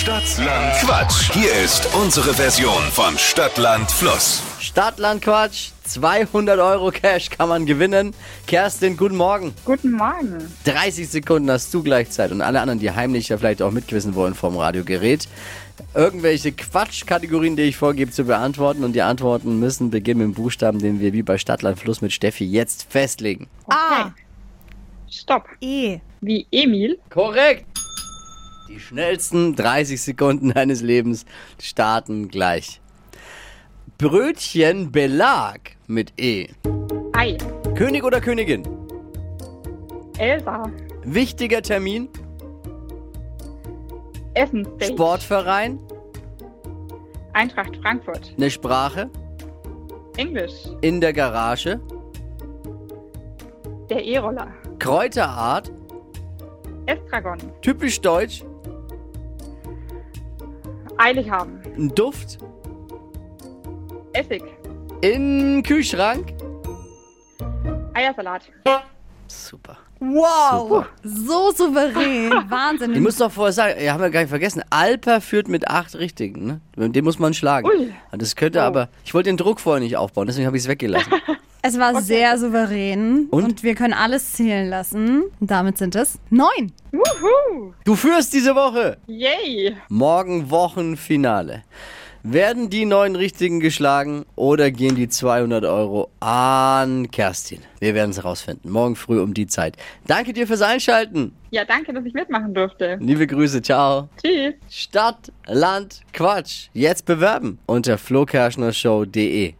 Stadtland Quatsch. Hier ist unsere Version von Stadtland Fluss. Stadtlandquatsch, 200 Euro Cash kann man gewinnen. Kerstin, guten Morgen. Guten Morgen. 30 Sekunden hast du gleichzeitig und alle anderen, die heimlich ja vielleicht auch mitquissen wollen vom Radiogerät, irgendwelche Quatschkategorien, die ich vorgebe, zu beantworten. Und die Antworten müssen beginnen mit dem Buchstaben, den wir wie bei Stadtlandfluss mit Steffi jetzt festlegen. A, Stopp. E, Wie Emil. Korrekt! Die schnellsten 30 Sekunden deines Lebens starten gleich. Brötchenbelag mit E. Ei. König oder Königin? Elsa. Wichtiger Termin? Essensdate. Sportverein, Eintracht Frankfurt. eine Sprache, Englisch. in der Garage, Der E-Roller. Kräuterart, Estragon. typisch deutsch, Eilig haben. ein Duft, Essig. in Kühlschrank. Eiersalat. Super. wow, so souverän, Wahnsinn. Ich muss doch vorher sagen, ja, haben wir gar nicht vergessen, Alper führt mit acht Richtigen. Ne? Den muss man schlagen. Ui. Das könnte aber, ich wollte den Druck vorher nicht aufbauen, deswegen habe ich es weggelassen. es war sehr souverän Und? und? wir können alles zählen lassen. Und damit sind es neun. Wuhu. du führst diese Woche. Yay. Morgen Wochenfinale. Werden die neun Richtigen geschlagen oder gehen die 200 Euro an Kerstin? Wir werden es herausfinden. Morgen früh um die Zeit. Danke dir fürs Einschalten. Ja, danke, dass ich mitmachen durfte. Liebe Grüße, ciao. Tschüss. Stadt, Land, Quatsch. Jetzt bewerben unter flokerschnershow.de.